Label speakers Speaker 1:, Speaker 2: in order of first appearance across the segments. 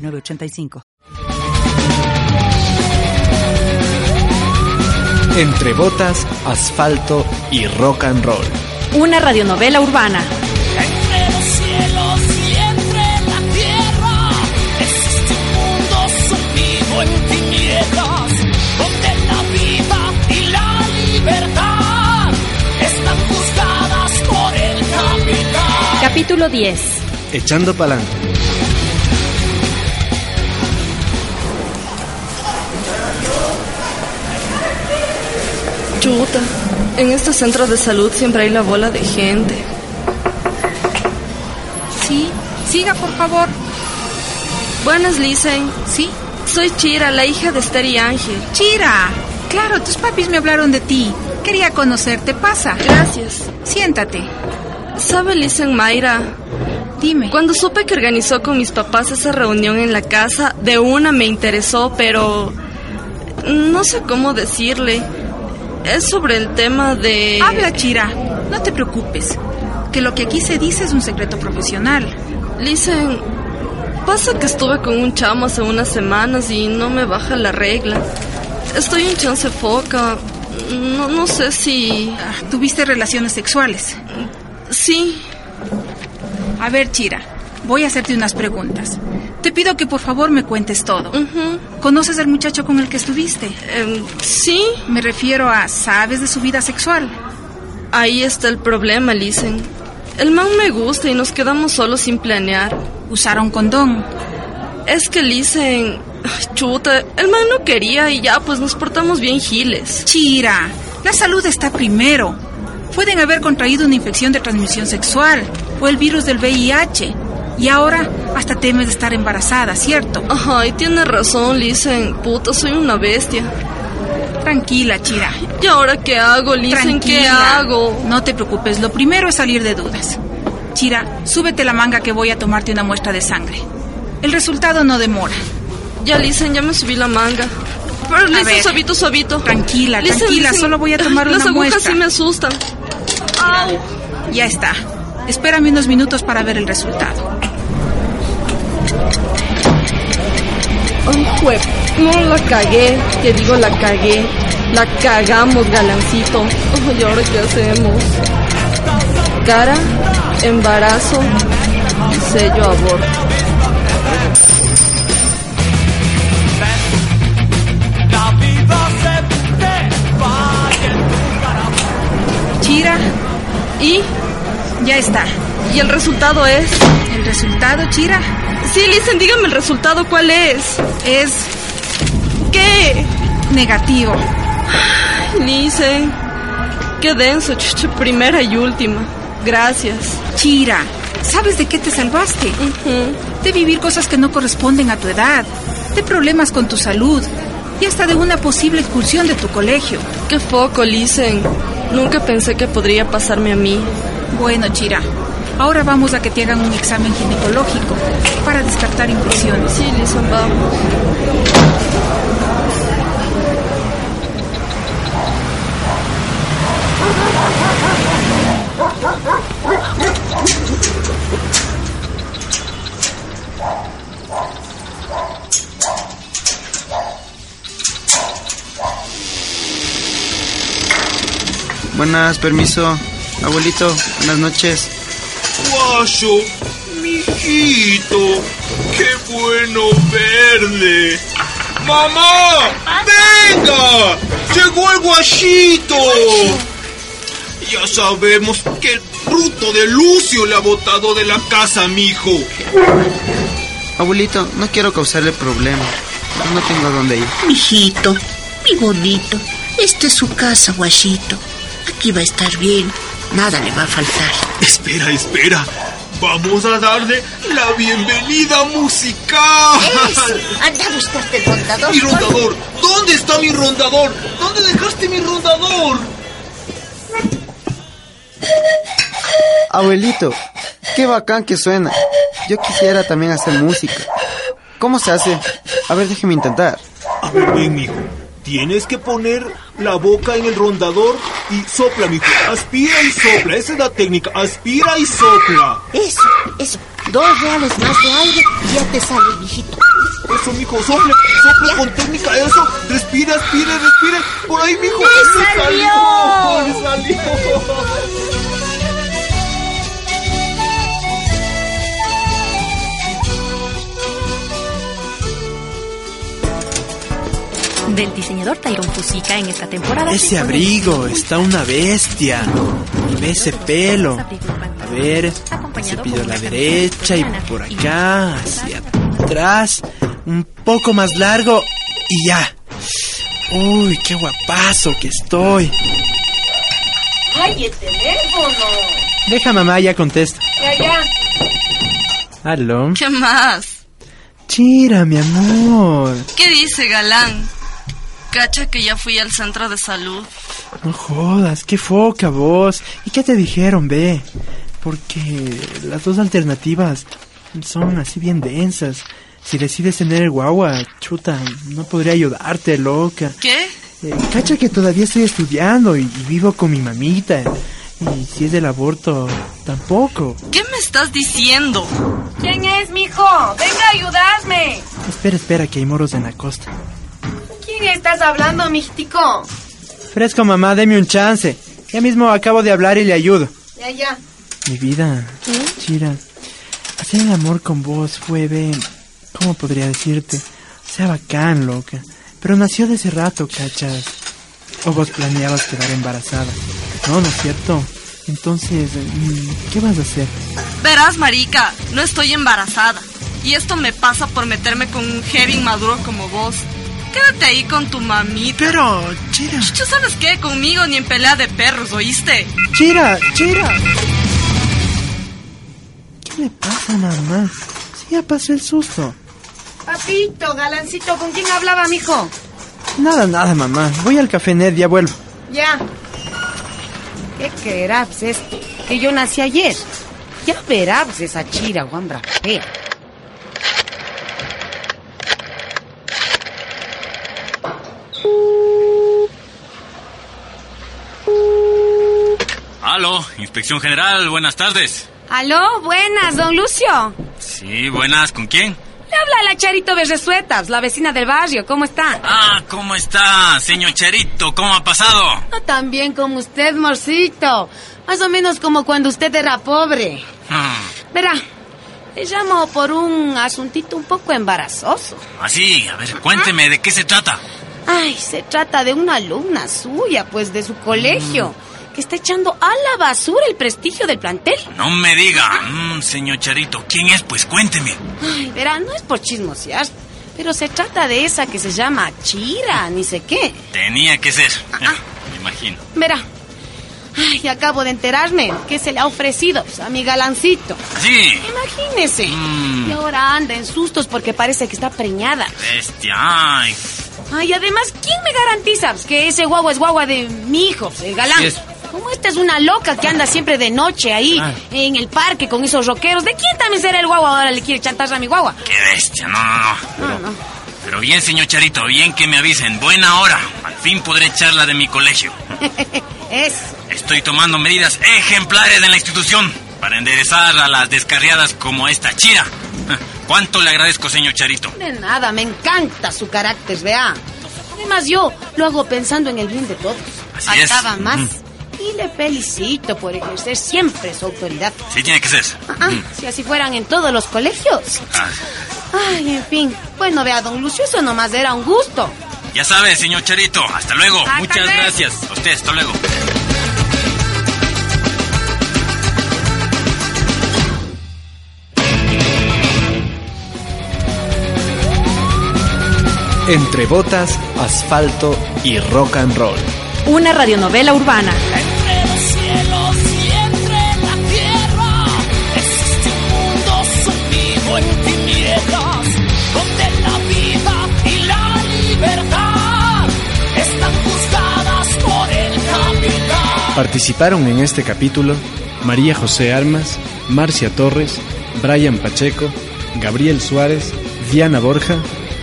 Speaker 1: 985.
Speaker 2: Entre botas, asfalto y rock and roll.
Speaker 3: Una radionovela urbana.
Speaker 4: Entre los cielos y entre la tierra existe un mundo sumido en tinieblas donde la vida y la libertad están buscadas por el capital.
Speaker 3: Capítulo 10.
Speaker 2: Echando pa'lante.
Speaker 5: Chuta, en estos centros de salud siempre hay la bola de gente.
Speaker 6: Sí, siga por favor.
Speaker 5: Buenas, Lisen.
Speaker 6: Sí,
Speaker 5: Soy Chira, la hija de Esther y Ángel.
Speaker 6: Chira. Claro, tus papis me hablaron de ti. Quería conocerte, pasa.
Speaker 5: Gracias.
Speaker 6: Siéntate.
Speaker 5: ¿Sabe, Lisen Mayra?
Speaker 6: Dime.
Speaker 5: Cuando supe que organizó con mis papás esa reunión en la casa, de una me interesó, pero... No sé cómo decirle. Es sobre el tema de...
Speaker 6: Habla, Chira. No te preocupes. Que lo que aquí se dice es un secreto profesional.
Speaker 5: Lisen, pasa que estuve con un chamo hace unas semanas y no me baja la regla. Estoy en chance foca. No, no sé si...
Speaker 6: Ah, Tuviste relaciones sexuales.
Speaker 5: Sí,
Speaker 6: A ver, Chira, voy a hacerte unas preguntas. Te pido que por favor me cuentes todo.
Speaker 3: Mm.
Speaker 5: ujú,
Speaker 6: ¿Conoces al muchacho con el que estuviste?
Speaker 5: em, sí.
Speaker 6: Me refiero a, ¿sabes de su vida sexual?
Speaker 5: Ahí está el problema, Lisen. El man me gusta y nos quedamos solos sin planear.
Speaker 6: ¿Usaron condón?
Speaker 5: Es que Lisen... ay, Chuta, el man no quería y ya, pues nos portamos bien giles.
Speaker 6: Chira, la salud está primero. Pueden haber contraído una infección de transmisión sexual o el virus del VIH. Y ahora hasta temes de estar embarazada, ¿cierto?
Speaker 5: Ay, tiene razón, Lisen. Puta, soy una bestia.
Speaker 6: Tranquila, Chira.
Speaker 5: ¿Y ahora qué hago, Lisen?
Speaker 6: Tranquila.
Speaker 5: ¿Qué hago?
Speaker 6: No te preocupes, lo primero es salir de dudas. Chira, súbete la manga que voy a tomarte una muestra de sangre. El resultado no demora.
Speaker 5: Ya, Lisen, ya me subí la manga. Pero, Lisen,
Speaker 6: ver.
Speaker 5: suavito, suavito.
Speaker 6: Tranquila, tranquila, solo voy a tomar
Speaker 5: Las
Speaker 6: una
Speaker 5: agujas
Speaker 6: muestra.
Speaker 5: sí me asustan. Au.
Speaker 6: Ya está. Espérame unos minutos para ver el resultado.
Speaker 5: Ay, jue- No, la cagué. Te digo, la cagué. La cagamos, galancito. Ay, ¿y ahora qué hacemos? Cara, embarazo, sello aborto.
Speaker 4: La vida se te va y el
Speaker 6: Chira,
Speaker 5: ¿Y?
Speaker 6: ya está.
Speaker 5: ¿Y el resultado es?
Speaker 6: El resultado, Chira,
Speaker 5: Sí, Lisen, dígame el resultado, ¿cuál es?
Speaker 6: es
Speaker 5: ¿Qué?
Speaker 6: negativo.
Speaker 5: Lisen, qué denso, chucha, primera y última. Gracias.
Speaker 6: Chira, ¿sabes de qué te salvaste?
Speaker 5: Ujú.
Speaker 6: De vivir cosas que no corresponden a tu edad, de problemas con tu salud y hasta de una posible expulsión de tu colegio.
Speaker 5: Qué foco, Lisen. Nunca pensé que podría pasarme a mí.
Speaker 6: Bueno, Chira, ahora vamos a que te hagan un examen ginecológico para descartar infecciones.
Speaker 5: Sí, Lisen, vamos.
Speaker 7: Buenas, permiso. Abuelito, buenas noches.
Speaker 8: Guayo, mijito, qué bueno verde. ¡Mamá! ¡Venga! ¡Llegó el guachito! Ya sabemos que el bruto de Lucio le ha botado de la casa, mijo.
Speaker 7: Abuelito, no quiero causarle problema. No tengo a dónde ir.
Speaker 9: Mijito, mi bonito, esta es su casa, guachito. Aquí va a estar bien, nada le va a faltar.
Speaker 8: Espera, espera. Vamos a darle la bienvenida musical.
Speaker 9: ¡Eso! Anda a buscarte el contador.
Speaker 8: Mi rondador, ¿dónde está mi rondador? ¿Dónde dejaste mi rondador?
Speaker 10: Abuelito, qué bacán que suena. Yo quisiera también hacer música. ¿Cómo se hace? A ver, déjeme intentar.
Speaker 8: A ver, ven, mijo. Tienes que poner la boca en el rondador y sopla, mijo. Aspira y sopla. Esa es la técnica. Aspira y sopla.
Speaker 9: Eso, eso. Dos reales más de aire y ya te sale, mijito.
Speaker 8: Eso, mijo. Sopla, sopla con técnica. Eso. Respira, respira, respira. Por ahí, mijo. ¡Le salió! ¡Le salió!
Speaker 11: Del diseñador Tyron Fusica en esta temporada.
Speaker 2: Ese
Speaker 11: se pone-
Speaker 2: abrigo está una bestia. Y ve ese pelo. A ver,
Speaker 11: Acompañado
Speaker 2: cepillo a
Speaker 11: con
Speaker 2: la
Speaker 11: una
Speaker 2: derecha y
Speaker 11: camisa
Speaker 2: por
Speaker 11: americana
Speaker 2: acá, hacia atrás. Un poco más largo y ya. Uy, qué guapazo que estoy.
Speaker 12: ¡Ay, el teléfono!
Speaker 2: Deja mamá, ya contesta.
Speaker 12: Ya, ya.
Speaker 2: Aló.
Speaker 12: ¿Qué más?
Speaker 2: Chira, mi amor.
Speaker 12: ¿Qué dice, galán? Cacha que ya fui al centro de salud.
Speaker 2: No jodas, qué foca vos. ¿Y qué te dijeron, ve? Porque las dos alternativas son así bien densas. Si decides tener el guagua, chuta, no podría ayudarte, loca.
Speaker 12: ¿Qué?
Speaker 2: Eh, cacha que todavía estoy estudiando y, y vivo con mi mamita. Y si es del aborto, tampoco.
Speaker 12: ¿Qué me estás diciendo?
Speaker 5: ¿Quién es, mijo? Venga a ayudarme.
Speaker 2: Espera, espera, que hay moros en la costa.
Speaker 5: ¿Quién estás hablando, mijitico?
Speaker 2: Fresco, mamá, deme un chance. Ya mismo acabo de hablar y le ayudo.
Speaker 5: Ya, ya.
Speaker 2: Mi vida, Chira, hacer el amor con vos fue, ve, ¿cómo podría decirte? O sea, bacán, loca. Pero nació de ese rato, cachas. O vos planeabas quedar embarazada. No, no es cierto. Entonces, mm, ¿qué vas a hacer?
Speaker 12: Verás, marica, no estoy embarazada. Y esto me pasa por meterme con un heavy maduro como vos. Quédate ahí con tu mamita.
Speaker 2: Pero, Chira.
Speaker 12: ¿Tú sabes qué? Conmigo ni en pelea de perros, ¿oíste?
Speaker 2: Chira, Chira. ¿Qué le pasa, mamá? Sí, ya pasó el susto.
Speaker 5: Papito, galancito, ¿con quién hablaba, mijo?
Speaker 2: Nada, nada, mamá. Voy al café Ned, ya vuelvo.
Speaker 5: Ya. ¿Qué querá, pues, esto? Que yo nací ayer. Ya verá, pues, esa chira, guambra fea.
Speaker 13: Aló, Inspección General, buenas tardes.
Speaker 5: Aló, buenas, don Lucio.
Speaker 13: Sí, buenas, ¿con quién?
Speaker 5: Le habla la Charito Berresuetas, la vecina del barrio. ¿Cómo está?
Speaker 13: Ah, ¿cómo está, señor Cherito? ¿Cómo ha pasado?
Speaker 5: No tan bien Ah, como usted, morcito. Más o menos como cuando usted era pobre.
Speaker 13: Hmm,
Speaker 5: Verá, te llamo por un asuntito un poco embarazoso.
Speaker 13: Así, a ver, cuénteme, ¿de qué se trata?
Speaker 5: Ay, se trata de una alumna suya, pues de su colegio,
Speaker 13: Mm.
Speaker 5: que está echando a la basura el prestigio del plantel.
Speaker 13: No me diga. Mm, señor Cherito, ¿quién es? Pues cuénteme.
Speaker 5: Ay, verá, no es por chismosear, pero se trata de esa que se llama Chira, ni sé qué.
Speaker 13: Tenía que ser.
Speaker 5: Ah.
Speaker 13: Me imagino.
Speaker 5: Verá. Ay, acabo de enterarme que se le ha ofrecido pues, a mi galancito.
Speaker 13: Sí.
Speaker 5: Imagínese.
Speaker 13: Mm.
Speaker 5: Y ahora anda en sustos porque parece que está preñada.
Speaker 13: Bestia. Ay,
Speaker 5: Ay, además, ¿quién me garantiza pues, que ese guagua es guagua de mi hijo, pues, el galán?
Speaker 13: Sí es.
Speaker 5: Como esta es una loca que anda siempre de noche ahí,
Speaker 13: Ah.
Speaker 5: en el parque con esos rockeros, ¿de quién también será el guagua ahora le quiere chantar a mi guagua?
Speaker 13: qué bestia. No, no, no.
Speaker 5: No, no.
Speaker 13: Pero bien, señor Charito, bien que me avisen. Buena hora. Al fin podré echarla de mi colegio.
Speaker 5: Es.
Speaker 13: Estoy tomando medidas ejemplares en la institución para enderezar a las descarriadas como esta chira. ¿Cuánto le agradezco, señor Charito?
Speaker 5: De nada, me encanta su carácter, vea. Además, yo lo hago pensando en el bien de todos.
Speaker 13: Así es.
Speaker 5: Faltaba más.
Speaker 13: Mm.
Speaker 5: Y le felicito por ejercer siempre su autoridad.
Speaker 13: Sí tiene que ser.
Speaker 5: Ah, ah, si así fueran en todos los colegios.
Speaker 13: Ah,
Speaker 5: Ay, en fin. Bueno, vea, don Lucio, eso nomás era un gusto.
Speaker 13: ya sabe, señor Charito. Hasta luego.
Speaker 5: Hasta
Speaker 13: Muchas
Speaker 5: luego.
Speaker 13: gracias. A usted, hasta luego.
Speaker 2: Entre botas, asfalto y rock and roll.
Speaker 11: Una radionovela urbana.
Speaker 4: Entre los cielos y entre la tierra existe un
Speaker 13: Participaron en este capítulo María José Armas, Marcia Torres, Brian Pacheco, Gabriel Suárez, Diana Borja,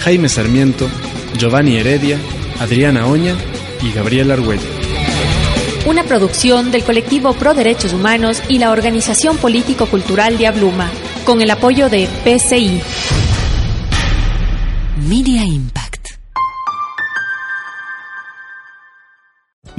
Speaker 13: Jaime Sarmiento, Giovanni Heredia, Adriana Oña y Gabriel Argüello.
Speaker 9: Una producción del colectivo Pro Derechos Humanos y la organización político-cultural Diabluma, con el apoyo de PCI.
Speaker 1: Media Impact.